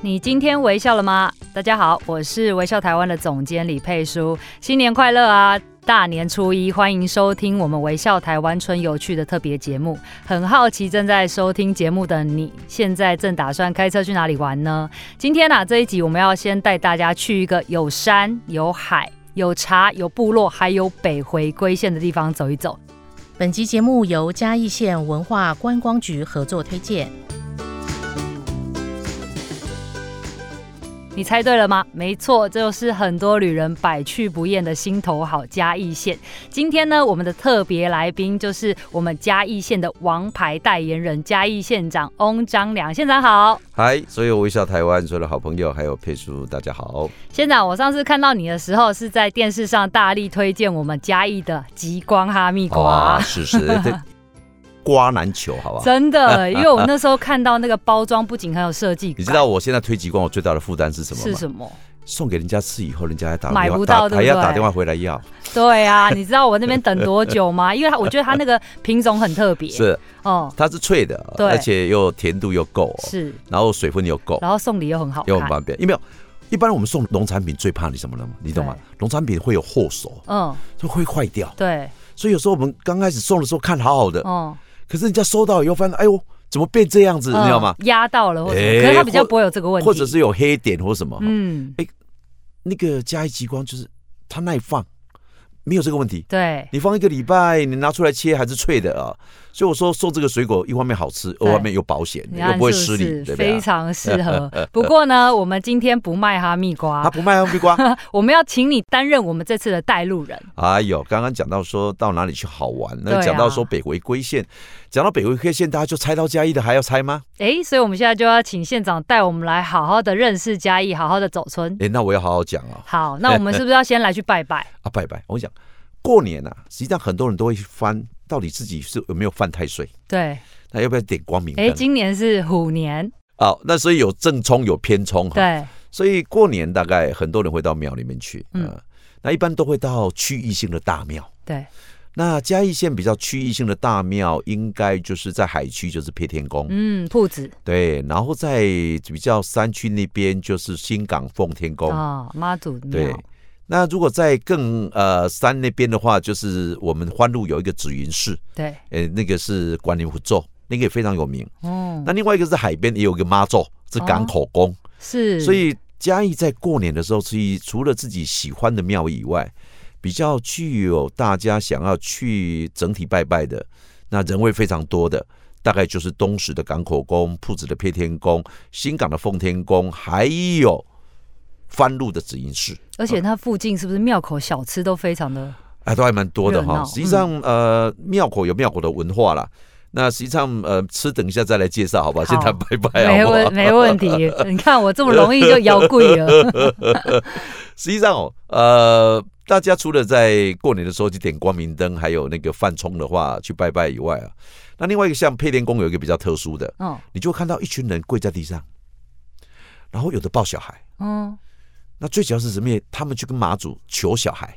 你今天微笑了吗？大家好，我是微笑台湾的总监李佩书，新年快乐啊！大年初一，欢迎收听我们微笑台湾春游趣的特别节目。很好奇正在收听节目的你，现在正打算开车去哪里玩呢？今天啊，这一集我们要先带大家去一个有山有海、有茶有部落，还有北回归线的地方走一走。本集节目由嘉义县文化观光局合作推荐。你猜对了吗？没错，这就是很多旅人百去不厌的心头好嘉义县。今天呢，我们的特别来宾就是我们嘉义县的王牌代言人嘉义县长翁章良，县长好。嗨，所有微笑台湾所有的好朋友，还有佩叔，大家好。县长，我上次看到你的时候是在电视上大力推荐我们嘉义的极光哈密瓜。啊，是 是，这瓜难求，好不好？真的，因为我那时候看到那个包装不仅很有设计感， 你知道我现在推极光，我最大的负担是什 么吗？是什么？送给人家吃以后，人家还打买电话不到打对不还要对打电话回来要。对啊，你知道我那边等多久吗？因为它我觉得它那个品种很特别， 是，哦，它是脆的，对而且又甜度又够，是，然后水分又够，然后送礼又很好看，哦又很方便。因为一般我们送农产品最怕你什么了吗？你懂吗？农产品会有祸首，嗯，就会坏掉。对，所以有时候我们刚开始送的时候看好好的，嗯，可是人家收到以后发现，哎呦，怎么变这样子？你知道吗？嗯？压到了，或者哎可是他比较或不会有这个问题，或者是有黑点或什么。嗯，那个加一极光就是它耐放，没有这个问题。对，你放一个礼拜，你拿出来切还是脆的啊。所以我说送这个水果，一方面好吃，对二方面又保险，你又看不会是失礼，是对不对非啊？常适 合。不过呢，我们今天不卖哈密瓜 他，不卖哈密瓜。我们要请你担任我们这次的带路人。哎呦，刚刚讲到说到哪里去好玩，对那啊讲到说北回归线，讲到北回归线，大家就猜到嘉义的还要猜吗？诶，所以我们现在就要请县长带我们来好好的认识嘉义，好好的走村。哎，那我要好好讲哦。好，那我们是不是要先来去拜 拜？啊，拜拜！我跟你讲，过年啊，实际上很多人都会翻，到底自己是有没有犯太岁，对，那要不要点光明灯？啊诶，今年是虎年，哦，那所以有正冲有偏冲哈。对，所以过年大概很多人会到庙里面去，嗯嗯、那一般都会到区域性的大庙。对，那嘉义县比较区域性的大庙，应该就是在海区，就是撇天宫，嗯，铺子对，然后在比较山区那边就是新港奉天宫，啊，妈祖哦对庙，。那如果在更呃山那边的话，就是我们欢路有一个紫云寺，对，呃，那个是关灵符咒，那个也非常有名。嗯，那另外一个是海边也有一个妈咒，是港口宫。是，所以嘉义在过年的时候，去除了自己喜欢的庙以外，比较具有大家想要去整体拜拜的，那人会非常多的。大概就是东石的港口宫、铺子的撇天宫、新港的奉天宫，还有番路的紫云寺，而且它附近是不是庙口小吃都非常的哎，都还蛮多的热闹嗯哈。实际上，呃，庙口有庙口的文化啦。那实际上，呃，吃等一下再来介绍，好吧？好现在拜拜，没好不好问？没 问题。你看我这么容易就摇贵了，实际上哦，呃，大家除了在过年的时候去点光明灯，还有那个泛冲的话去拜拜以外啊，那另外一个像配电宫有一个比较特殊的，嗯你就会看到一群人跪在地上，然后有的抱小孩。嗯，那最主要是什么？他们去跟妈祖求小孩，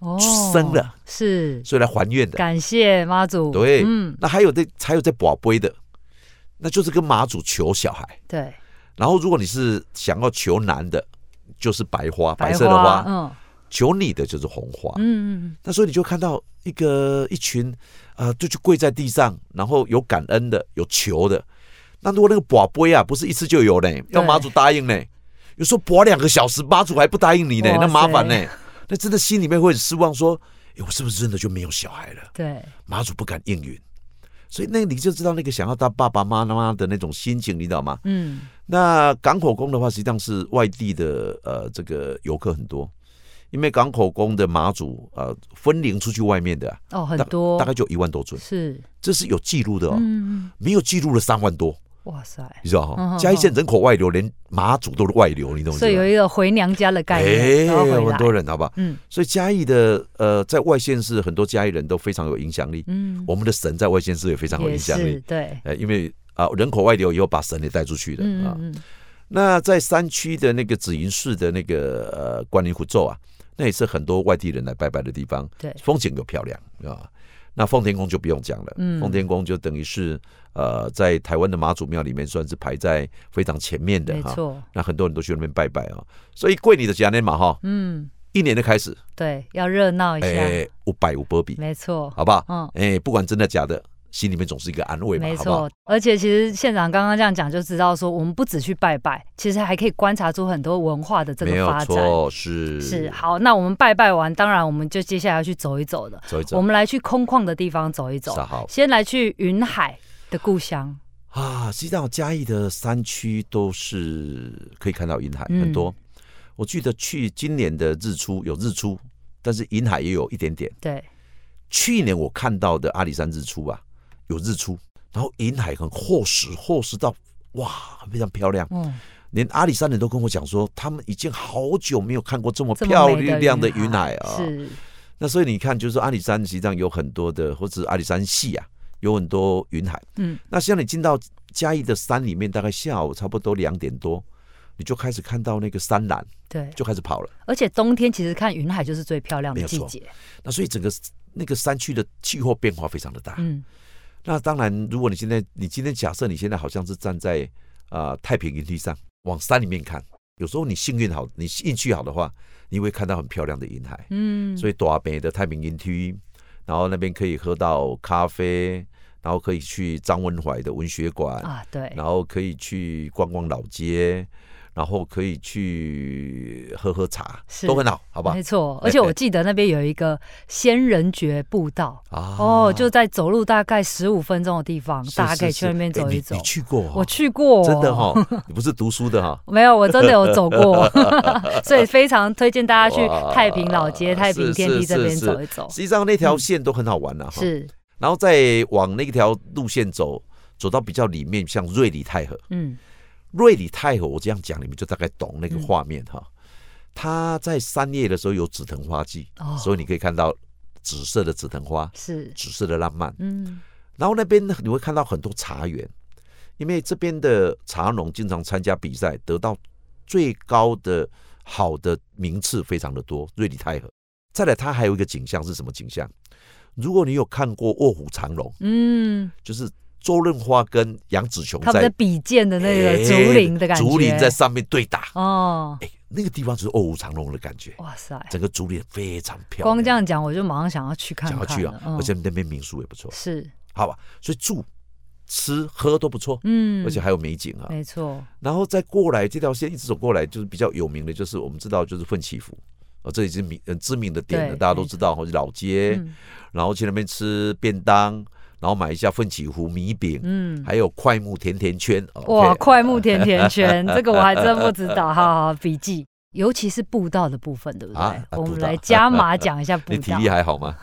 哦生了是所以来还愿的。感谢妈祖，对嗯那还有的，还有在保杯的，那就是跟妈祖求小孩。对，然后如果你是想要求男的，就是白花，白色的花，花；啊嗯求女的就是红花。嗯嗯，那所以你就看到一个一群啊、呃就去跪在地上，然后有感恩的，有求的。那如果那个卜杯啊，不是一次就有呢，要妈祖答应呢。有时候卜两个小时，妈祖还不答应你呢哇，塞那麻烦呢。那真的心里面会很失望说，诶我是不是真的就没有小孩了？对，妈祖不敢应允，所以那你就知道那个想要当爸爸妈妈的那种心情，你知道吗？嗯那港口宫的话，实际上是外地的呃这个游客很多，因为港口宫的马祖呃分灵出去外面的啊、哦很大多大概就一万多尊，是，这是有记录的哦，嗯嗯，没有记录的三万多，哇塞，你知道嗯哈、哼嘉义县人口外流，连马祖都是外流，你懂吗？所以有一个回娘家的概念，然后回哎很来，多人好吧？嗯所以嘉义的呃在外县市很多嘉义人都非常有影响力，嗯，我们的神在外县市也非常有也影响是力，对，呃，因为啊、人口外流以后把神也带出去的嗯啊。嗯嗯，那在山区的那个紫云寺的那个呃观音符咒啊，那也是很多外地人来拜拜的地方，对风景又漂亮啊。那奉天宫就不用讲了，嗯奉天宫就等于是呃，在台湾的妈祖庙里面算是排在非常前面的啊没哈。错，那很多人都去那边拜拜啊、所以贵你的假年嘛哈，嗯，一年的开始，对，要热闹一下，哎，五百五波比，没错，好不好？嗯。哎，不管真的假的，心里面总是一个安慰嘛，没好不好错？，而且其实县长刚刚这样讲，就知道说我们不只去拜拜，其实还可以观察出很多文化的这没个有发展。错，是是，好，那我们拜拜完，当然我们就接下来要去走一走了。走一走我，们来去空旷的地方走一走是，好先来去云海的故乡。啊。实际上，嘉义的山区都是可以看到云海、嗯很多。我记得去今年的日出有日出，但是云海也有一点点。对，去年我看到的阿里山日出啊，有日出，然后云海很厚实，厚实到哇，非常漂亮。嗯，连阿里山人都跟我讲说，他们已经好久没有看过这么这漂么美亮的云云海啊。是，那所以你看，就是说阿里山实际上有很多的，或者是阿里山系啊，有很多云海。嗯，那像你进到嘉义的山里面，大概下午差不多两点多，你就开始看到那个山岚对，就开始跑了。而且冬天其实看云海就是最漂亮的没有季错节。那所以整个那个山区的气候变化非常的大。嗯，那当然，如果你现在你今天假设你现在好像是站在啊、呃太平云梯上，往山里面看，有时候你幸运好，你运气好的话，你会看到很漂亮的云海。嗯，所以大北的太平云梯，然后那边可以喝到咖啡，然后可以去张文怀的文学馆，啊，对，然后可以去逛逛老街，然后可以去喝喝茶，是都很好，好吧没？错。哎而且我哎记得那边有一个仙人诀步道，啊哦，就在走路大概十五分钟的地方，是大家是可以是去那边哎走你一走你。去过、哦？我去过，真 的哈、哦，你不是读书的哈、没有，我真的有走 过，所以非常推荐大家去哇太平老街、太是平天是地这边是是走一走。实际上那条线都很好玩了、啊哈。哦嗯是，然后再往那条路线走，走到比较里面，像瑞里太河。嗯，瑞里太河，我这样讲，你们就大概懂那个画面哈。它在三月的时候有紫藤花季，哦所以你可以看到紫色的紫藤花，是，紫色的浪漫。嗯，然后那边呢，你会看到很多茶园，因为这边的茶农经常参加比赛，得到最高的好的名次非常的多。瑞里太河，再来它还有一个景象是什么景象？如果你有看过《卧虎藏龙》，嗯，就是周润发跟杨紫琼他们在比剑的那个竹林的感觉，竹林在上面对打，哦，哎，那个地方就是卧虎藏龙的感觉，哇塞，整个竹林非常漂亮。光这样讲我就马上想要去看想要看去啊了，，嗯而且那边民宿也不错，是，好吧？所以住、吃、喝都不错，嗯，而且还有美景啊。没错，然后再过来这条线一直走过来，就是比较有名的，就是我们知道就是奋起福。哦，这已经名很知名的点了，对大家都知道，或者老街，嗯然后去那边吃便当，然后买一下奋起湖米饼，嗯。还有快木甜甜圈。哦哇， OK，快木甜甜圈， 这个我还真不知道，好好笔记。尤其是步道的部分，对不对？啊啊我们步道来加码讲一下步你体 道，力还好吗？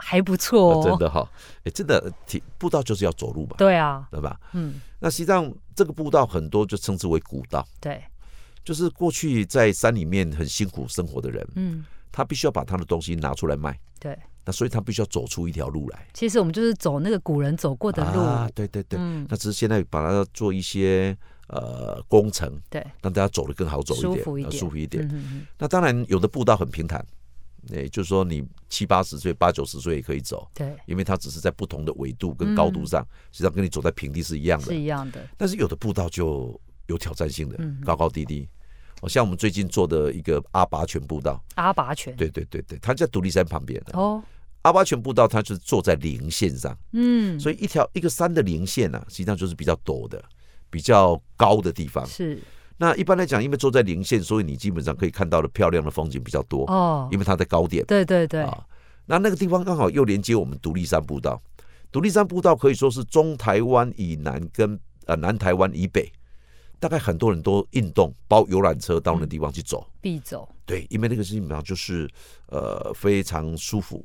还不错 哦。真的哈、哎，真的体步道就是要走路嘛，对啊，对吧？嗯，那实际上这个步道很多就称之为古道，对，就是过去在山里面很辛苦生活的人，嗯，他必须要把他的东西拿出来卖，对。那所以他必须要走出一条路来。其实我们就是走那个古人走过的路，啊，对对对，嗯，那只是现在把它做一些呃工程，对，让大家走得更好走一点，舒服一呃点舒服一点。嗯嗯那当然有的步道很平坦，也就是说你七八十岁、八九十岁也可以走。对，因为它只是在不同的纬度跟高度上，实际上跟你走在平地是一样的嗯是。一样的，但是有的步道就有挑战性的，嗯高高低低。哦，像我们最近做的一个阿拔泉步道，阿拔泉，对对对对，它在独立山旁边的、哦，阿拔泉步道，它就是坐在零线上，嗯，所以一条一个山的零线呢、啊，实际上就是比较陡的、比较高的地方。是那一般来讲，因为坐在零线，所以你基本上可以看到的漂亮的风景比较多，哦因，为它在高点对对对，啊。那那个地方刚好又连接我们独立山步道，独立山步道可以说是中台湾以南跟呃南台湾以北，大概很多人都运动包游览车到那地方去走，必走，对，因为那个基本上就是呃非常舒服，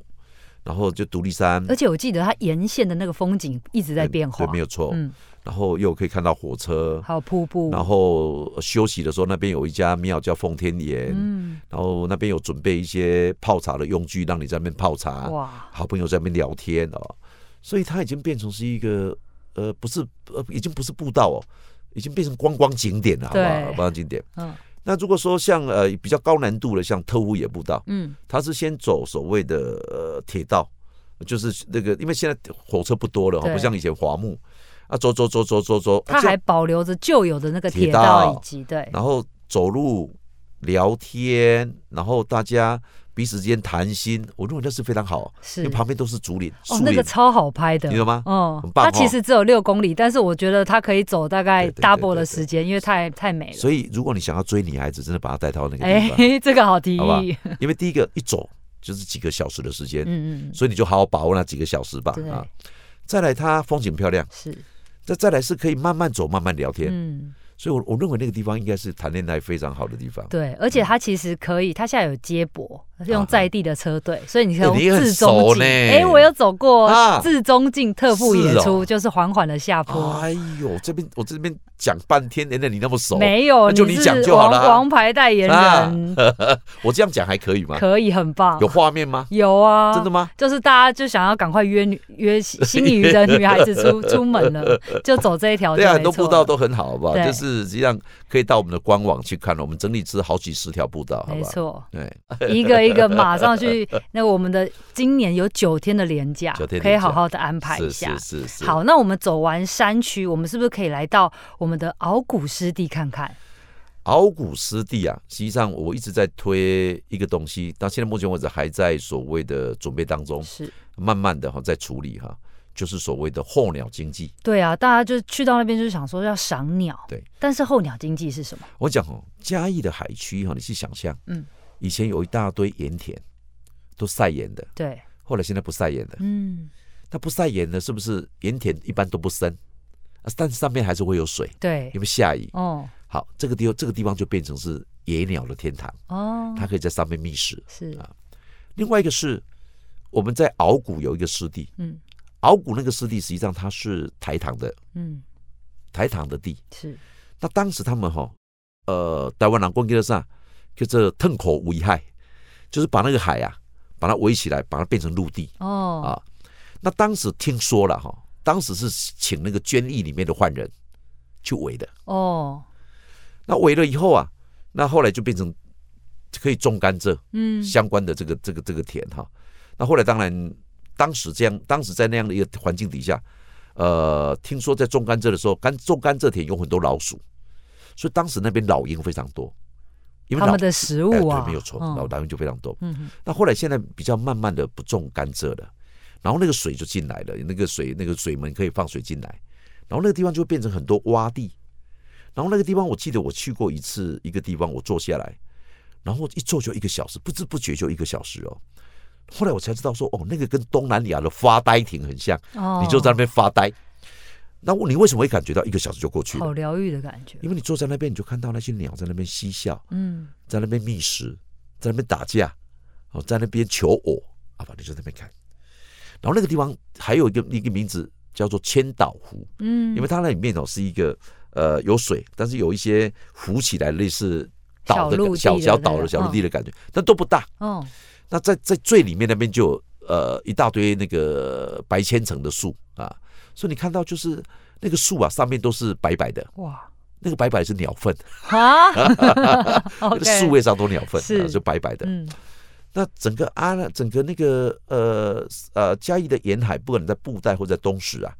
然后就独立山而且我记得它沿线的那个风景一直在变化，嗯对，没有错，嗯，然后又可以看到火车。还有瀑布，然后呃休息的时候，那边有一家庙叫奉天岩，嗯，然后那边有准备一些泡茶的用具，让你在那边泡茶。哇，好朋友在那边聊天哦，所以它已经变成是一个呃，不是呃，已经不是步道哦，已经变成观光景点了，好不好？对观光景点。嗯那如果说像呃比较高难度的，像特务野步道，嗯，它是先走所谓的呃铁道，就是那个，因为现在火车不多了，哦对不像以前华木啊，走走走走走走，它啊这还保留着旧有的那个铁铁道道以及对然后走路聊天，然后大家彼此之间谈心，我认为那是非常好，是因为旁边都是竹林、树哦林，，那个超好拍的，你懂吗哦很，它棒哦其实只有六公里，但是我觉得它可以走大概对对对 double 的对对时间，因为太太美了。所以如果你想要追女孩子，真的把她带到那个地哎 方，，这个好提好不好议， 嗯因为第一个一走就是几个小时的时间，嗯嗯，所以你就好好把握那几个小时吧对啊。再来，它风景漂亮，是，再再来是可以慢慢走、慢慢聊天，嗯，所以我我认为那个地方应该是谈恋爱非常好的地方。对，而且它其实可以，它现在有接驳，用啊在地的车队，所以你可以哎你用很自中熟径，呢哎，我有走过啊自中径特步是演哦出，就是缓缓的下坡。哎呦，这边我这边讲半天，原来你那么熟，没有，那就你你是讲就好了王啊王牌代言人我这样讲还可以吗？可以很棒有，画面吗？有啊，真的吗？就是大家就想要赶快约 女约心心仪的女孩子出出门了，就走这一条就对啊，哦没很多错步道都很好，好不好？对就是实际上可以到我们的官网去看了，我们整理出好几十条步道，好没不好？错，对，一个一个马上去。那我们的今年有九天的连假九，天连假可以好好的安排一是下是。是是。好，那我们走完山区，我们是不是可以来到我们的鳌骨湿地看看？鳌骨湿地啊，实际上我一直在推一个东西，到现在目前为止还在所谓的准备当中，是慢慢的哈在处理哈，就是所谓的候鸟经济。对啊，大家就去到那边就是想说要赏鸟，对。但是候鸟经济是什么？我讲哦，嘉义的海区哈，你去想象，嗯，以前有一大堆盐田，都晒盐的，对，后来现在不晒盐的，嗯，那不晒盐的，是不是盐田一般都不深？啊但是上面还是会有水，对因，为下雨。哦好，这个地方这个地方就变成是野鸟的天堂，哦，它可以在上面觅食。是啊另外一个是我们在鳌骨有一个湿地，嗯鳌骨那个湿地实际上它是台糖的嗯台糖的地。是那当时他们哈、呃，台湾人讲叫做啥？叫做“腾口危害”，就是把那个海啊，把它围起来，把它变成陆地。哦啊那当时听说了哈，当时是请那个捐役里面的犯人去围的。哦那围了以后啊，那后来就变成可以种甘蔗嗯相关的这个这个这个田哈。那后来当然，当时这样，当时在那样的一个环境底下，呃，听说在种甘蔗的时候，甘种甘蔗田有很多老鼠，所以当时那边老鹰非常多，因为他老们的食哎物啊，对，没有错，嗯老老鹰就非常多。嗯哼，那后来现在比较慢慢的不种甘蔗了，然后那个水就进来了，那个水那个水门可以放水进来，然后那个地方就会变成很多洼地，然后那个地方我记得我去过一次一个地方，我坐下来，然后一坐就一个小时，不知不觉就一个小时哦。后来我才知道说，哦，那个跟东南亚的发呆亭很像，哦你就在那边发呆。那我你为什么会感觉到一个小时就过去好了？疗愈的感觉，因为你坐在那边，你就看到那些鸟在那边嬉笑，嗯，在那边觅食，在那边打架，哦，在那边求偶啊，反正就在那边看。然后那个地方还有一个一个名字叫做千岛湖，嗯，因为它那里面哦是一个呃有水，但是有一些浮起来类似岛小的陆感地小的小那岛个的小陆嗯地的感觉，但都不大。哦那在在最里面那边就有呃一大堆那个白千层的树啊，所以你看到就是那个树啊上面都是白白的，哇那个白白是鸟粪， 啊那个树，OK，叶上都鸟粪，是啊，就白白的。嗯那整个阿拉整个那个呃呃嘉义的沿海，不管你在布袋或在东石啊，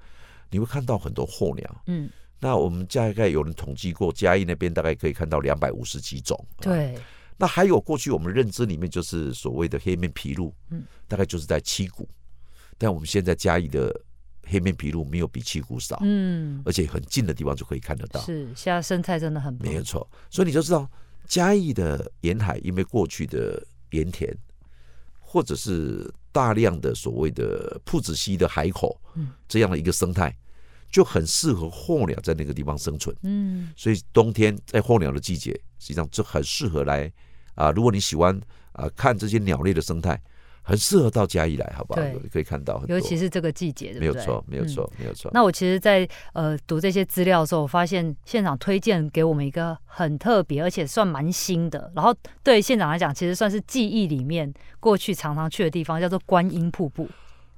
你会看到很多候鸟。嗯，那我们大概有人统计过，嘉义那边大概可以看到两百五十几种。啊对，那还有过去我们认知里面就是所谓的黑面琵鹭，嗯大概就是在七股，但我们现在嘉义的黑面琵鹭没有比七股少，嗯，而且很近的地方就可以看得到。是，现在生态真的很棒没有错，所以你就知道嘉义的沿海，因为过去的盐田，或者是大量的所谓的铺子溪的海口，嗯这样的一个生态，就很适合候鸟在那个地方生存。嗯，所以冬天在候鸟的季节，实际上这很适合来啊、如果你喜欢啊、看这些鸟类的生态，很适合到嘉义来，好不好对？可以看到很多，尤其是这个季节，对不没有对错，没有。嗯错，没有错。那我其实在，呃读这些资料的时候，我发现现场推荐给我们一个很特别，而且算蛮新的。然后对县长来讲，其实算是记忆里面过去常常去的地方，叫做观音瀑布。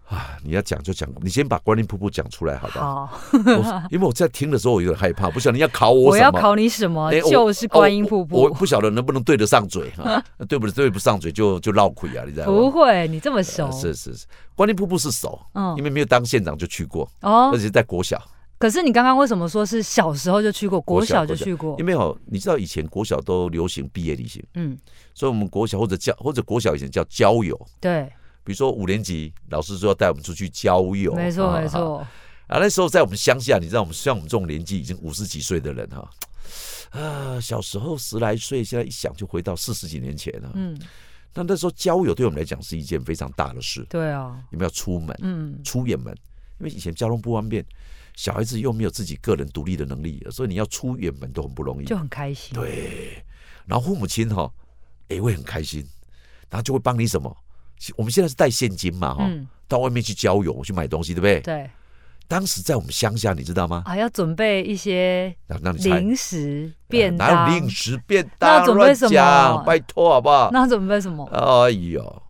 啊，你要讲就讲，你先把观音瀑布讲出来，好不好？好， 我因为我在听的时候我有点害怕，不晓得你要考我我什要么。考你什么？哎我就是观音瀑我我布。不晓得能不能对得上嘴哈， 对不对不上嘴就就闹鬼啊，你知道不吗？会，你这么熟呃是是是，观音瀑布是熟，嗯因为没有当县长就去过，哦而。且在国小，可是你刚刚为什么说是小时候就去过，国国小小就去过因？为哦，你知道以前国小都流行毕业旅行，嗯，所以我们国小或者教或者国小以前叫郊游，对，比如说五年级老师说要带我们出去郊游，没错啊没。错。啊，那时候在我们乡下，你知道我们像我们这种年纪已经五十几岁的人哈、啊，小时候十来岁，现在一想就回到四十几年前了、啊嗯，那那时候交友对我们来讲是一件非常大的事，对啊，你们要出门、嗯，出远门，因为以前交通不方便，小孩子又没有自己个人独立的能力，所以你要出远门都很不容易。就很开心。对，然后父母亲哈、也会很开心，然后就会帮你什么？我们现在是带现金嘛哈、嗯，到外面去交友去买东西，对不对？对当时在我们乡下，你知道吗？啊，要准备一些那那你猜零食便呃哪当有，零食啊便那当？要准备乱什么讲，拜托好不好？那准备什么？哎呦，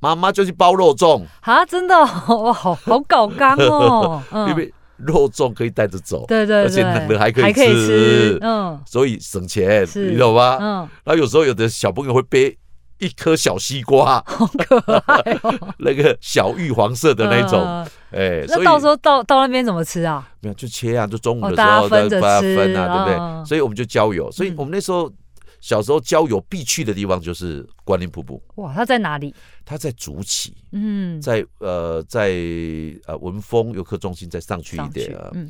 妈妈就去包肉粽，啊，真的 哦，哇，好好搞刚 哦，因嗯，为肉粽可以带着走，对对对，而且冷了还可以还可以吃啊吃，嗯所以省钱，是你懂吗？嗯，然后有时候有的小朋友会背一颗小西 瓜，好可爱哦那个小玉黄色 的那一种，嗯哎，所那以到时候到到那边怎么吃啊？没有就切啊，就中哦午的时大候家分着大家吃分啊，对不嗯对？所以我们就郊游，所以嗯我们那时候小时候郊游必去的地方就是观音瀑布，哇，它在哪里？它在竹崎。嗯，在呃，在呃文峰游客中心再上去一上点去啊。嗯，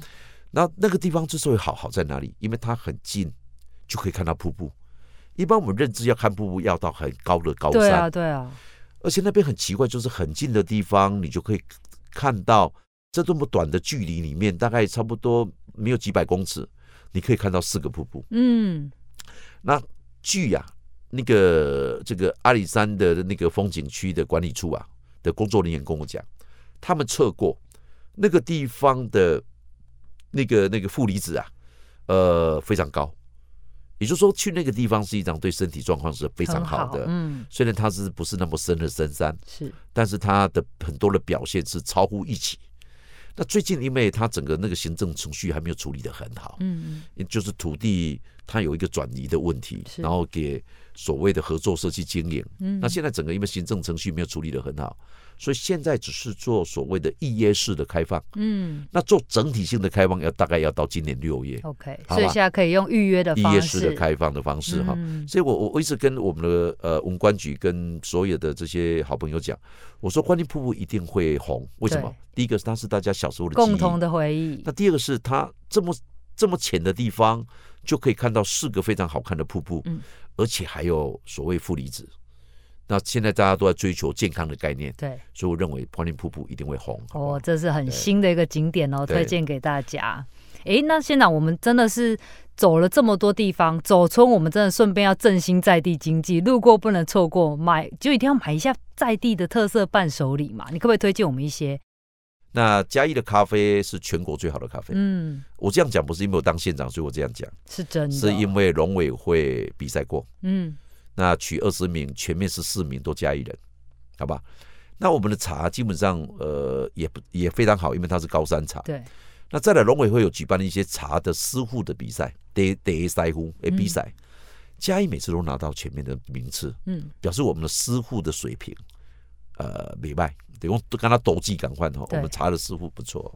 那那个地方之所以好，好在哪里？因为它很近，就可以看到瀑布。一般我们认知要看瀑布，要到很高的高对山，啊对啊，而且那边很奇怪，就是很近的地方，你就可以看到这这么短的距离里面，大概差不多没有几百公尺，你可以看到四个瀑布。嗯，那据呀、那个这个阿里山的那个风景区的管理处啊的工作人员跟我讲，他们测过那个地方的那个那个负离子啊，呃，非常高。也就是说，去那个地方是一张对身体状况是非常很好的。嗯，虽然它是不是那么深的深山，是但是它的很多的表现是超乎预期。那最近因为它整个那个行政程序还没有处理得很好，嗯，就是土地它有一个转移的问题，是然后给所谓的合作社去经营。嗯那现在整个因为行政程序没有处理得很好，所以现在只是做所谓的预约式的开放。嗯那做整体性的开放要大概要到今年六月， ，OK，好吧所以现在可以用预约的预方约式的式，开放的方式哈。嗯所以我我我一直跟我们的呃文官局跟所有的这些好朋友讲，我说观音瀑布一定会红，为什么对？第一个是它是大家小时候的记共忆同的回忆那，第二个是它这么这么浅的地方，就可以看到四个非常好看的瀑布，嗯而且还有所谓负离子。那现在大家都在追求健康的概念，对，所以我认为观音瀑布一定会红。好不好哦，这是很新的一个景点哦，对推荐给大家。诶，那县长，我们真的是走了这么多地方，走村，我们真的顺便要振兴在地经济，路过不能错过，买就一定要买一下在地的特色伴手礼嘛。你可不可以推荐我们一些？那嘉义的咖啡是全国最好的咖啡。嗯，我这样讲不是因为我当县长，所以我这样讲，是真的，哦是因为农委会比赛过，嗯那取二十名，全面是四名都嘉义人，好吧？那我们的茶基本上呃也不也非常好，因为它是高山茶。对，那再来，农委会有举办了一些茶的师傅的比赛，得得赛乎诶比赛，嘉义每次都拿到前面的名次，嗯表示我们的师傅的水平，呃，没败，等于跟他斗技赶快哈，我对们茶的师傅不错。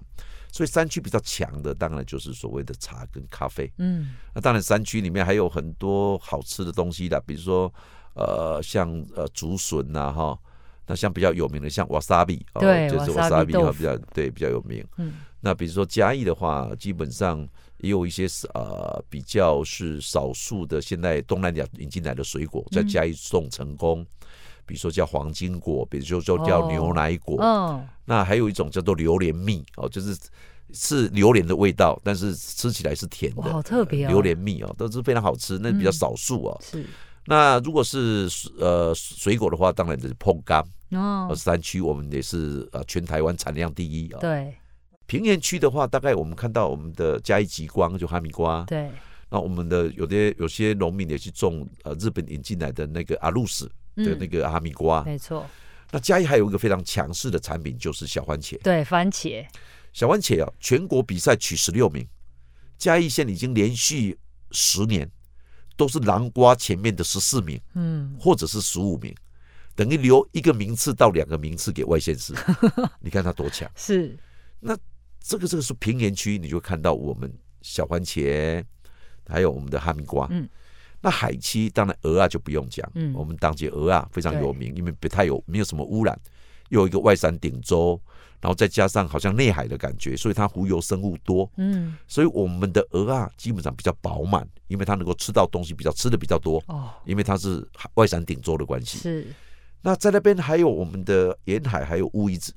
所以山区比较强的，当然就是所谓的茶跟咖啡。嗯那当然，山区里面还有很多好吃的东西啦，比如说呃，像呃竹笋呐、哈，那像比较有名的像 wasabi，、哦、对就是 wasabi wasabi 豆哈腐比较对比较有名。嗯，那比如说嘉义的话，基本上也有一些是呃比较是少数的现在东南亚引进来的水果，嗯在嘉义种成功。比如说叫黄金果，比如说就叫哦牛奶果，嗯，那还有一种叫做榴莲蜜哦，就是是榴莲的味道，但是吃起来是甜的，哇好特别哦嗯呃榴莲蜜哦，都是非常好吃，那比较少数哦。是，那如果是呃水果的话，当然就是碰柑，哦呃，山区我们也是呃全台湾产量第一啊、哦。对平原区的话，大概我们看到我们的嘉义极光就哈密瓜，对，那我们的有的有些农民也去种呃日本引进来的那个阿鲁斯的嗯那个哈密瓜，没错，那嘉义还有一个非常强势的产品就是小番茄，对，番茄，小番茄啊，全国比赛取十六名，嘉义县已经连续十年都是南瓜前面的十四名嗯，或者是十五名，等于留一个名次到两个名次给外县市，你看他多强。是，这个这个是平原区，你就看到我们小番茄，还有我们的哈密瓜。嗯，那海期当然鹅啊就不用讲，嗯我们当街鹅啊非常有名，因为不太有没有什么污染，又有一个外山顶洲，然后再加上好像内海的感觉，所以它浮游生物多，嗯，所以我们的鹅啊基本上比较饱满，因为它能够吃到东西比较吃的比较多，哦，因为它是外山顶洲的关系。是，那在那边还有我们的沿海还有乌鱼子，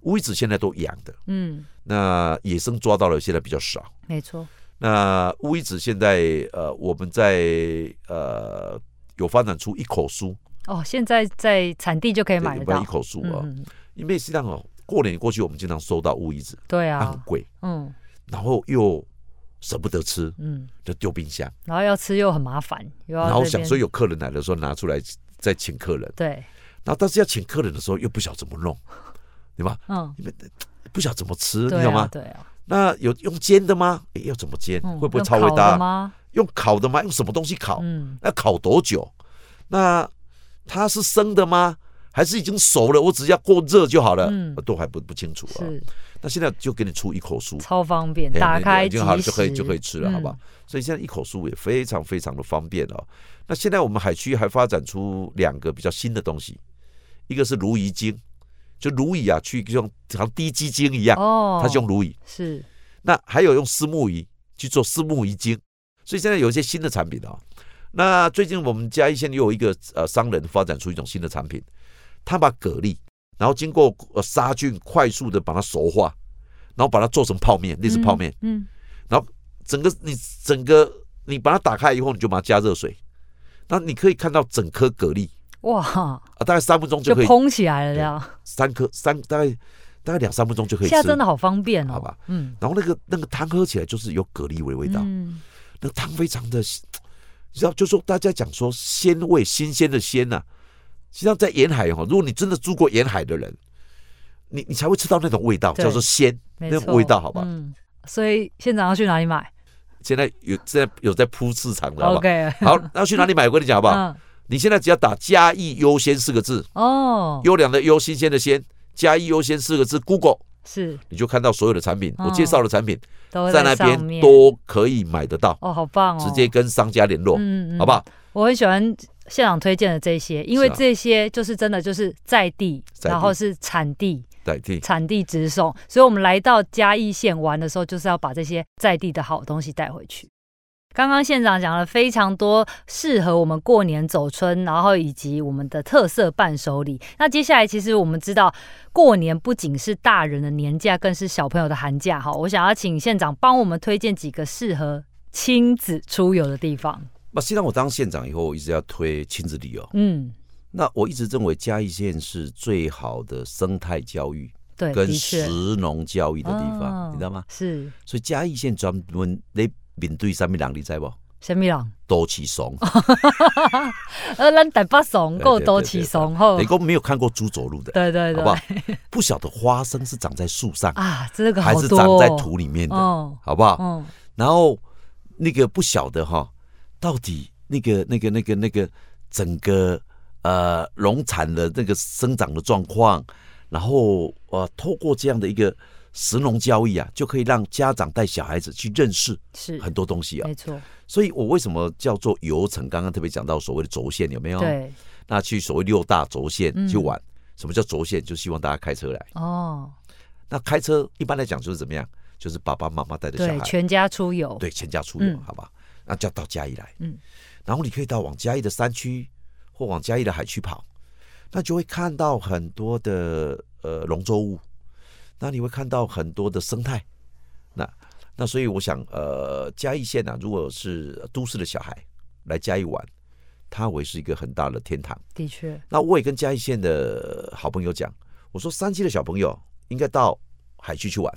乌鱼子现在都养的，嗯，那野生抓到了现在比较少。没错，那乌鱼子现在呃，我们在呃有发展出一口酥，哦，现在在产地就可以买得有没有到一，口酥啊、嗯，嗯因为实际上哦，过年过去我们经常收到乌鱼子，对它很啊，贵，嗯然后又舍不得吃，嗯，就丢冰箱，然后要吃又很麻烦，又要然后这想边说有客人来的时候拿出来再请客人，对，然后但是要请客人的时候又不晓得怎么弄，对吧？嗯，不晓得怎么吃，你对知道啊，吗？对啊，那有用煎的吗？诶要怎么煎？嗯会不会用超伟烤的大？吗？用烤的吗？用什么东西烤？嗯，那烤多久？那它是生的吗？还是已经熟了？我只要过热就好了，嗯都还不不清楚啊。是那现在就给你出一口酥，超方便，哎打那开就好了，即就可以食嗯就可以吃了，好不好？？所以现在一口酥也非常非常的方便哦。那现在我们海区还发展出两个比较新的东西，一个是鲈鱼精，就鲈鱼啊，去用好像滴鸡精一嗯样，哦，它是用鲈鱼。是那还有用丝木鱼去做丝木鱼精，所以现在有一些新的产品啊、那最近我们嘉义县又有一个呃商人发展出一种新的产品，他把蛤蜊，然后经过呃杀菌，快速的把它熟化，然后把它做成泡面，类似泡面，，嗯，嗯整个你整个你把它打开以后，你就把它加热水，那你可以看到整颗蛤蜊哇，啊，大概三分钟就就可以，蓬起来了，这样，三颗三大概大概两三分钟就可以现吃在，真的好方便哦，好吧？嗯，然后那个那个汤喝起来就是有蛤蜊味味道。嗯那汤非常的，你知道，就说大家讲说鲜味，新鲜的鲜呐、实际上在沿海哈，哦如果你真的住过沿海的人，你你才会吃到那种味道，对叫做鲜。没那错，味道好吧嗯，所以县长要去哪里买现在有现在有在铺市场的，好不好？ ？OK，好，那去哪里买？我跟你讲好不好？嗯，你现在只要打“嘉义优先”四个字，哦，优良的优，新鲜的鲜，嘉义优先四个字，Google 是你就看到所有的产品，嗯我介绍的产品都在那上边面都可以买得到，哦，好棒哦，直接跟商家联络，嗯好嗯不？好？我很喜欢县长推荐的这些，因为是啊这些就是真的就是在地，在地然后是产地，代替。产地直送，所以我们来到嘉义县玩的时候，就是要把这些在地的好东西带回去。刚刚县长讲了非常多适合我们过年走春，然后以及我们的特色伴手礼。那接下来，其实我们知道，过年不仅是大人的年假，更是小朋友的寒假。哈，我想要请县长帮我们推荐几个适合亲子出游的地方。那实际上我当县长以后，我一直要推亲子旅游。嗯，那我一直认为嘉义县是最好的生态教育对，跟的确食农教育的地方，哦你知道吗？是所以嘉义县专门在面对上面人，你知不？什么人？多起怂，呃，咱台北怂够多起怂吼你，都没有看过猪走路的，对好对对不好？不晓得花生是长在树上，啊，这个好还是多长在哦土里面的，哦，好不好？嗯，然后那个不晓得哈，到底那个那个那个那个整个呃农产的那个生长的状况，然后呃透过这样的一个食农交易啊，就可以让家长带小孩子去认识是，很多东西啊没。错，所以我为什么叫做游程？刚刚特别讲到所谓的轴线有没哦有？对，那去所谓六大轴线嗯去玩。什么叫轴线？就希望大家开车来。哦，那开车一般来讲就是怎么样？就是爸爸妈妈带着小对，孩，全家出游，对，全家出游，嗯好吧？那就要到嘉义来，嗯，然后你可以到往嘉义的山区或往嘉义的海区跑，那就会看到很多的呃龙舟物，那你会看到很多的生态，那那所以我想，呃，嘉义县啊，如果是都市的小孩来嘉义玩，它会是一个很大的天堂。的确，那我也跟嘉义县的好朋友讲，我说山区的小朋友应该到海区去玩，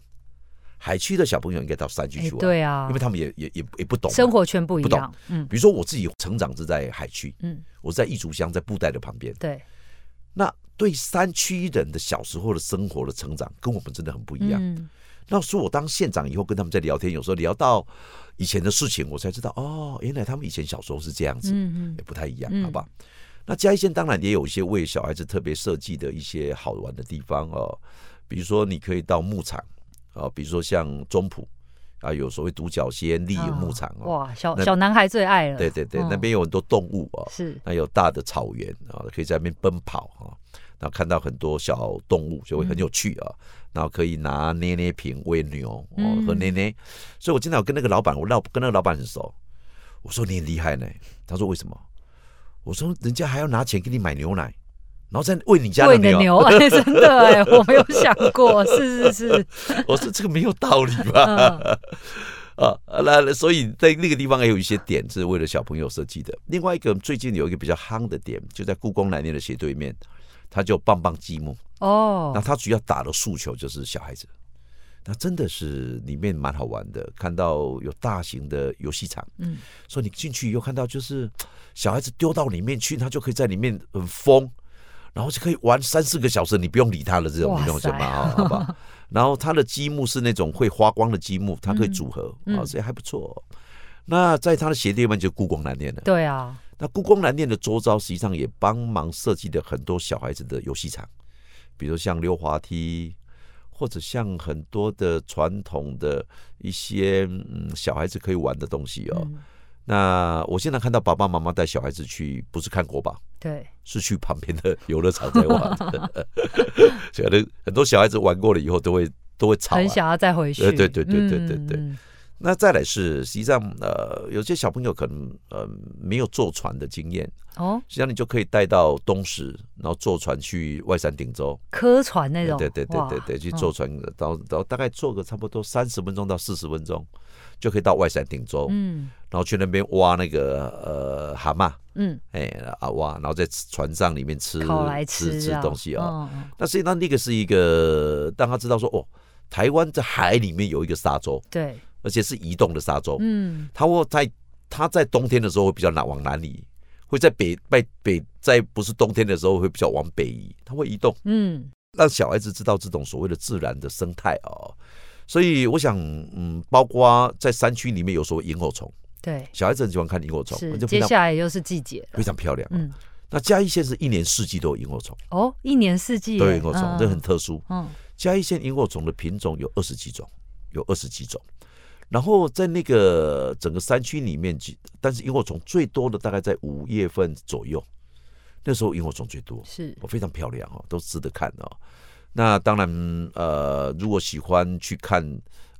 海区的小朋友应该到山区哎去，玩。对啊因为，他们也也也也不啊懂嘛生。活圈不一不懂样，嗯比如说我自己成长是在海区，嗯，我是在义竹乡，在布袋的旁边。对，那对山区人的小时候的生活的成长，跟我们真的很不一样。嗯那所以我当县长以后，跟他们在聊天，有时候聊到以前的事情，我才知道哦，原来他们以前小时候是这样子，嗯也不太一样，嗯好吧？那嘉义县当然也有一些为小孩子特别设计的一些好玩的地方哦，比如说你可以到牧场啊，比如说像中埔啊，有所谓独角仙丽影牧场嗯，哦，哇，小那小男孩最爱了，对对对嗯，那边有很多动物哦，是，那有大的草原啊，可以在那边奔跑啊，然后看到很多小动物，就会很有趣啊。然后可以拿捏捏瓶喂牛哦嗯，和捏捏。所以我经常有跟那个老板，我老跟那个老板很熟。我说你很厉害呢，他说为什么？我说人家还要拿钱给你买牛奶，然后再喂你家的喂你牛的。牛，哎， 真的哎，我没有想过，是是是， 我说这个没有道理吧？嗯啊，那所以在那个地方也有一些点是为了小朋友设计的。另外一个最近有一个比较夯的点，就在故宫南面的斜对面，它叫棒棒积木。那哦，他主要打的诉求就是小孩子，那真的是里面蛮好玩的，看到有大型的游戏场，嗯，所以你进去以后看到就是小孩子丢到里面去，他就可以在里面很疯，然后就可以玩三四个小时，你不用理他了，这种哇你懂什塞么啊？好吧。然后它的积木是那种会发光的积木，它可以组合嗯啊，嗯所以还不错哦、那在它的斜对面就是故宫南面了。对啊，那故宫南店的周遭，实际上也帮忙设计了很多小孩子的游戏场，比如像溜滑梯，或者像很多的传统的一些嗯小孩子可以玩的东西哦。嗯，那我现在看到爸爸妈妈带小孩子去，不是看国宝，对，是去旁边的游乐场在玩， 所以很多小孩子玩过了以后都会都会吵、啊，很想要再回去，对对对对对对嗯对嗯那再来是，实际上呃，有些小朋友可能呃没有坐船的经验，哦，实际上你就可以带到东石，然后坐船去外山顶洲，科船那对种，对对对对哇嗯对，去坐，船，然后然后大概坐个差不多三十分钟到四十分钟，就可以到外山顶洲，嗯然后去那边挖那个呃蛤蟆，嗯，哎啊挖，然后在船上里面吃烤来吃吃这吃样东西哦。嗯嗯那实际上那个是一个让他知道说哦，台湾在海里面有一个沙洲，对，而且是移动的沙洲，嗯，它会在它在冬天的时候会比较南往南移，会在北北北在不是冬天的时候会比较往北移，它会移动，嗯，让小孩子知道这种所谓的自然的生态哦。所以我想，嗯，包括在山区里面有所谓萤火虫，对，小孩子很喜欢看萤火虫，是，就非接常下来又是季节了，非常漂亮、哦。嗯，那嘉义县是一年四季都有萤火虫，哦，一年四季耶，都有萤火虫，嗯这很，特殊。嗯嘉义县萤火虫的品种有二十几种，有二十几种。然后在那个整个山区里面，几但是萤火虫最多的大概在五月份左右，那时候萤火虫最多，是，哦，非常漂亮哦，都值得看哦。那当然，呃，如果喜欢去看，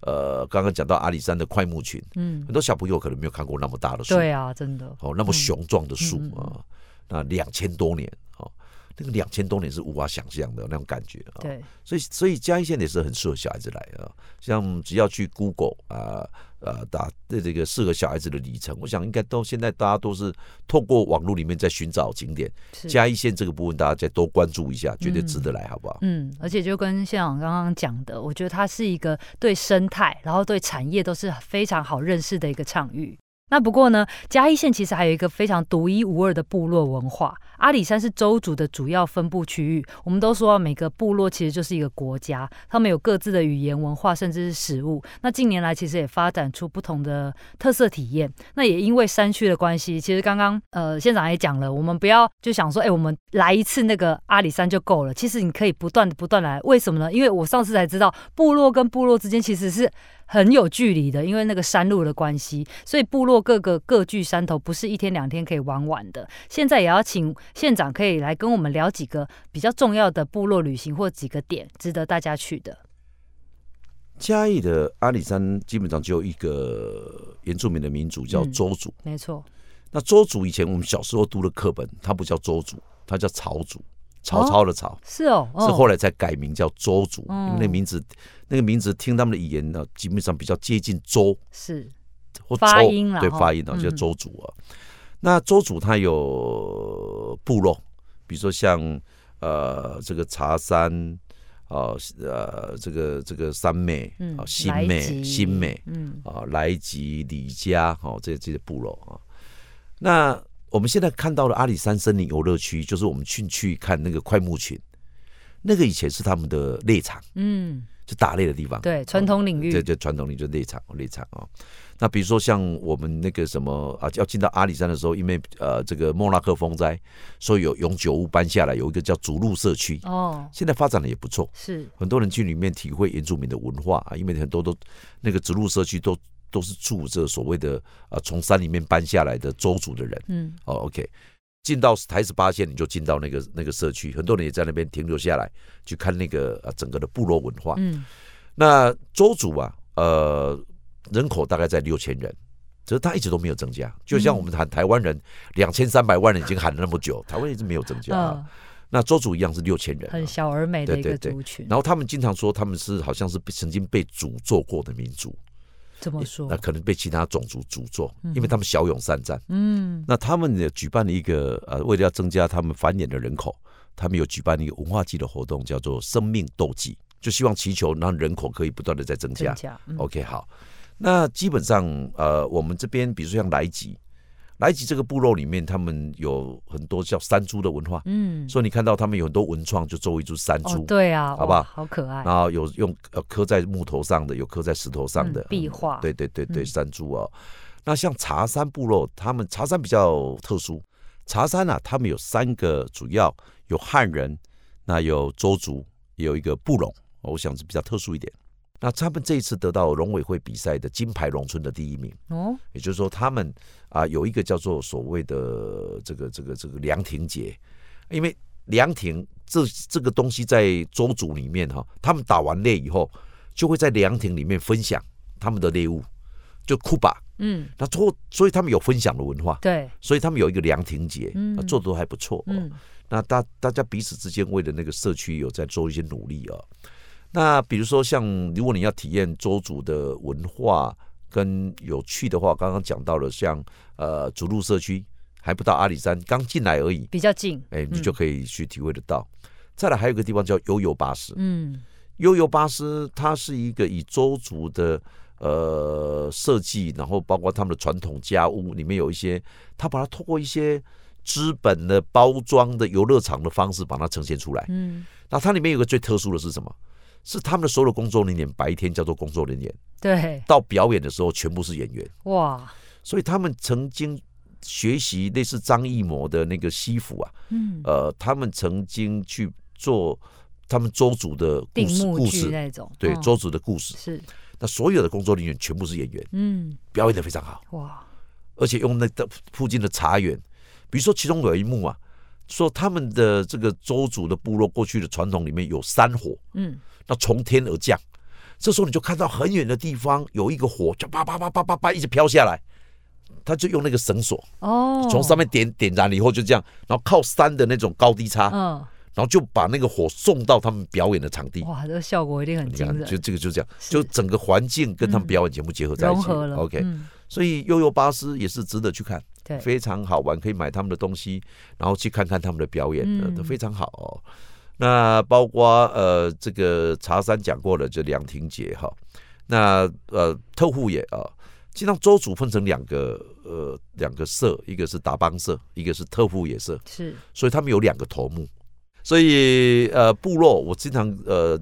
呃，刚刚讲到阿里山的快木群，嗯很，多小朋友可能没有看过那么大的树，对啊，真的，哦，那么雄壮的树嗯嗯嗯啊，那两千多年哦，那个两千多年是无法想象的那种感觉啊。对，所以所以嘉义县也是很适合小孩子来啊，像只要去 Google 啊呃打这这个适合小孩子的里程，我想应该都现在大家都是透过网络里面在寻找景点，是嘉义县这个部分大家再多关注一下，绝对值得来，好不好？嗯，而且就跟县长刚刚讲的，我觉得它是一个对生态，然后对产业都是非常好认识的一个场域。那不过呢，嘉义县其实还有一个非常独一无二的部落文化。阿里山是州族的主要分布区域。我们都说啊每个部落其实就是一个国家，他们有各自的语言、文化，甚至是食物。那近年来其实也发展出不同的特色体验。那也因为山区的关系，其实刚刚呃县长也讲了，我们不要就想说，哎、我们来一次那个阿里山就够了。其实你可以不断的不断地来，为什么呢？因为我上次才知道，部落跟部落之间其实是很有距离的，因为那个山路的关系，所以部落各个各据山头，不是一天两天可以玩完的。现在也要请县长可以来跟我们聊几个比较重要的部落旅行或几个点值得大家去的。嘉义的阿里山基本上只有一个原住民的民族叫嗯周族，没错，那周族以前我们小时候读的课本，它不叫周族，它叫曹族，曹操的曹。是哦，哦是后来才改名叫周族，哦因为那名字，那个名字听他们的语言呢，基本上比较接近周是或周发音啦对吼发音啊，嗯叫周族啊。那周族它有部落，比如说像呃这个茶山，啊呃这个这个山美嗯，啊新来美吉新美，嗯啊，莱吉、李家，哦，这这些部落啊。那我们现在看到的阿里山森林游乐区，就是我们去去看那个快木群，那个以前是他们的猎场，嗯，就打猎的地方。对，传统领域，这就传统里就内场内场啊。那比如说像我们那个什么啊，要进到阿里山的时候，因为呃这个莫拉克风灾，所以有永久屋搬下来，有一个叫竹鹿社区，哦，现在发展的也不错，是，很多人去里面体会原住民的文化啊，因为很多都那个竹鹿社区都都是住这所谓的啊从山里面搬下来的州族的人。嗯，哦，OK，进到台十八线你就进到那个那个社区，很多人也在那边停留下来，去看那个啊整个的部落文化。嗯，那州族啊，呃，人口大概在六千人，只是他一直都没有增加。就嗯像我们喊台湾人两千三百万人已经喊了那么久，台湾一直没有增加、啊。呃，那州族一样是六千人、啊很。小而美的一对个对对族群，然后他们经常说他们是好像是被曾经被诅咒过的民族，怎么说那？可能被其他种族诅咒，嗯因为他们骁勇善战。嗯，那他们也举办了一个呃，为了要增加他们繁衍的人口，他们有举办一个文化祭的活动，叫做“生命斗祭”，就希望祈求让人口可以不断的在增加真。假？嗯 OK，好，那基本上呃，我们这边比如说像莱吉，莱吉这个部落里面，他们有很多叫山猪的文化，嗯，所以你看到他们有很多文创，就做一株山哦猪，，对啊，哇好不好好可爱，然后有用呃刻在木头上的，有刻在石头上的、嗯壁画对对对对，嗯山猪哦。那像茶山部落，他们茶山比较特殊，茶山啊，他们有三个主要，有汉人，那有周族，也有一个布隆，我想是比较特殊一点。那他们这一次得到农委会比赛的金牌农村的第一名，哦，也就是说，他们啊、有一个叫做所谓的这个这个这个凉亭节，因为凉亭这这个东西在周族里面哈、他们打完猎以后，就会在凉亭里面分享他们的猎物，就库巴。嗯，那后所以他们有分享的文化，对，所以他们有一个凉亭节，嗯啊做的都还不错、哦。嗯，那大大家彼此之间为了那个社区有在做一些努力啊、那比如说像如果你要体验周族的文化跟有趣的话，刚刚讲到了像呃竹鹿社区，还不到阿里山，刚进来而已，比较近，哎，你嗯就可以去体会得到。再来还有一个地方叫悠游巴士，嗯，悠游巴士它是一个以周族的呃设计，然后包括他们的传统家屋里面有一些，他把它透过一些资本的包装的游乐场的方式把它呈现出来。嗯，那它里面有个最特殊的是什么？是他们的所有的工作人员白天叫做工作人员，对，到表演的时候全部是演员，哇，所以他们曾经学习类似张艺谋的那个西服啊，嗯，呃，他们曾经去做他们周族的故定事目故剧事，那种，对嗯周族的故事。是，那所有的工作人员全部是演员，嗯，表演的非常好，哇，而且用那个附近的茶园，比如说其中有一幕啊，说他们的这个周族的部落过去的传统里面有山火，嗯，那从天而降，这时候你就看到很远的地方有一个火，就叭叭叭叭叭叭一直飘下来，他就用那个绳索哦，从上面点点燃了以后就这样，然后靠山的那种高低差，嗯，然后就把那个火送到他们表演的场地。哇，这个效果一定很你惊看，就人，这个就这样，是就整个环境跟他们嗯表演节目结合在一融起。合了 OK，、嗯所以悠悠巴士也是值得去看，对，非常好玩，可以买他们的东西，然后去看看他们的表演，呃嗯都非常好、哦。那包括呃，这个茶山讲过了，就凉亭节哈、那呃，特护也啊，经常周主分成两个呃两个社，一个是达邦社，一个是特护野社，是，所以他们有两个头目。所以呃，部落我经常呃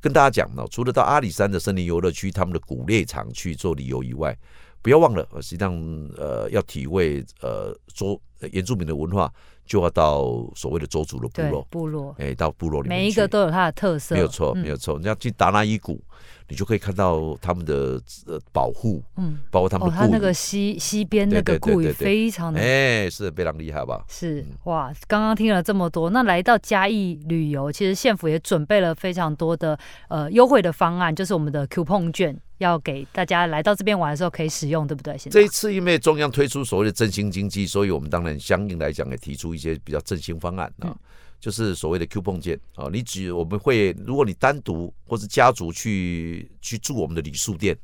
跟大家讲呢，除了到阿里山的森林游乐区、他们的古猎场去做旅游以外，不要忘了，呃实际上呃要体会呃周呃原住民的文化，就要到所谓的周族的部对落，，部落，哎、到部落里面去每一个都有它的特色，没有错，嗯没有，错。你要去达那伊谷，你就可以看到他们的呃保护，嗯，包括他们哦，的它固那语，个西西边那对个对对固语对对非常的哎、是非常厉害吧？是嗯哇，刚刚听了这么多，那来到嘉义旅游，其实县府也准备了非常多的呃优惠的方案，就是我们的 coupon 券，要给大家来到这边玩的时候可以使用，对不对？现在这一次因为中央推出所谓的振兴经济，所以我们当然相应来讲也提出一些比较振兴方案啊，嗯就是所谓的 coupon 券啊。你只我们会，如果你单独或是家族去去住我们的旅宿店，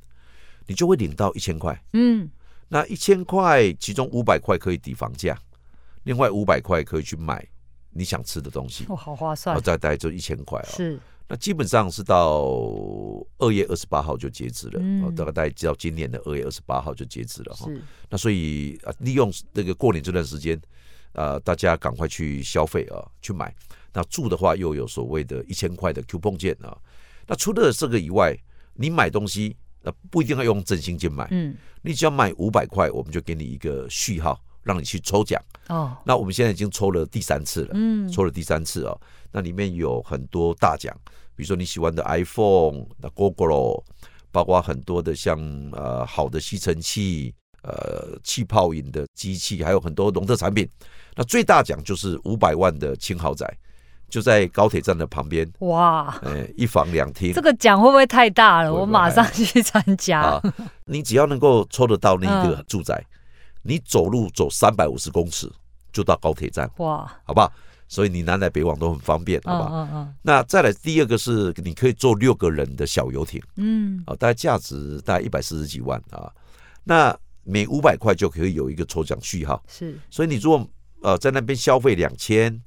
你就会领到一千块。嗯，那一千块，其中五百块可以抵房价，另外五百块可以去买你想吃的东西，哇，哦好划然算后，再大概就一千块啊。是那基本上是到二月二十八号就截止了，嗯哦大概到今哦年的二月二十八号就截止了哈。是，呃那所以啊，利用这个过年这段时间，呃，大家赶快去消费啊，去买。那住的话又有所谓的一千块的 coupon 券啊。那除了这个以外，你买东西呃不一定要用振兴券买，嗯，你只要买五百块，我们就给你一个序号，让你去抽奖。哦，那我们现在已经抽了第三次了，嗯抽了第三次哦。那里面有很多大奖，比如说你喜欢的 iPhone、那 GoGo，包括很多的像呃好的吸尘器、呃气泡饮的机器，还有很多农特产品。那最大奖就是五百万的轻豪宅，就在高铁站的旁边，哇，呃，一房两厅这。个奖会不会太大了？不会我马上去参加。啊，你只要能够抽得到那一个嗯住宅，你走路走三百五十公尺就到高铁站，哇，好不好？所以你南来北往都很方便，好嗯吧？嗯嗯那再来第二个是，你可以坐六个人的小游艇嗯，啊，大概价值大概一百四十几万啊。那每五百块就可以有一个抽奖序号，是所以你如果呃在那边消费两千，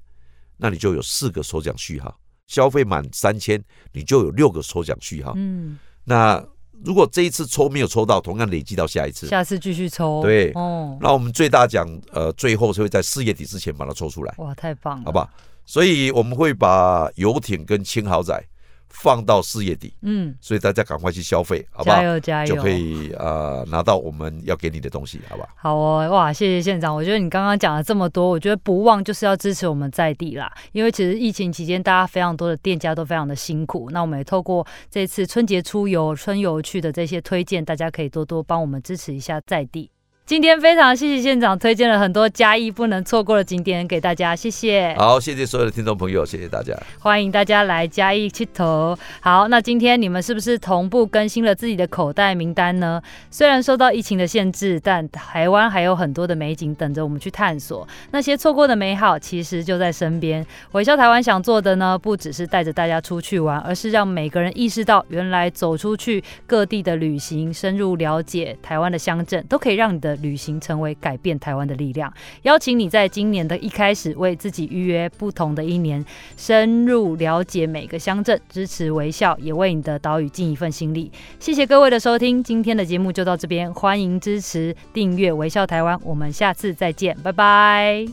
那你就有四个抽奖序号；消费满三千，你就有六个抽奖序号。嗯，那如果这一次抽没有抽到，同样累积到下一次。下次继续抽。对哦，那我们最大奖呃最后是会在四月底之前把它抽出来。哇，太棒了，好不？好？所以我们会把游艇跟轻豪宅放到事业底，嗯，所以大家赶快去消费，好不好加？油加油，就可以呃拿到我们要给你的东西，好吧？好哦，哇，谢谢县长。我觉得你刚刚讲了这么多，我觉得不忘就是要支持我们在地啦，因为其实疫情期间大家非常多的店家都非常的辛苦。那我们也透过这次春节出游、春游去的这些推荐，大家可以多多帮我们支持一下在地。今天非常谢谢县长推荐了很多嘉义不能错过的景点给大家，谢谢。好，谢谢所有的听众朋友，谢谢大家。欢迎大家来嘉义七头。好，那今天你们是不是同步更新了自己的口袋名单呢？虽然受到疫情的限制，但台湾还有很多的美景等着我们去探索。那些错过的美好，其实就在身边。微笑台湾想做的呢，不只是带着大家出去玩，而是让每个人意识到，原来走出去各地的旅行，深入了解台湾的乡镇，都可以让你的旅行成为改变台湾的力量。邀请你在今年的一开始，为自己预约不同的一年，深入了解每个乡镇，支持微笑，也为你的岛屿尽一份心力。谢谢各位的收听，今天的节目就到这边，欢迎支持订阅微笑台湾，我们下次再见，拜拜。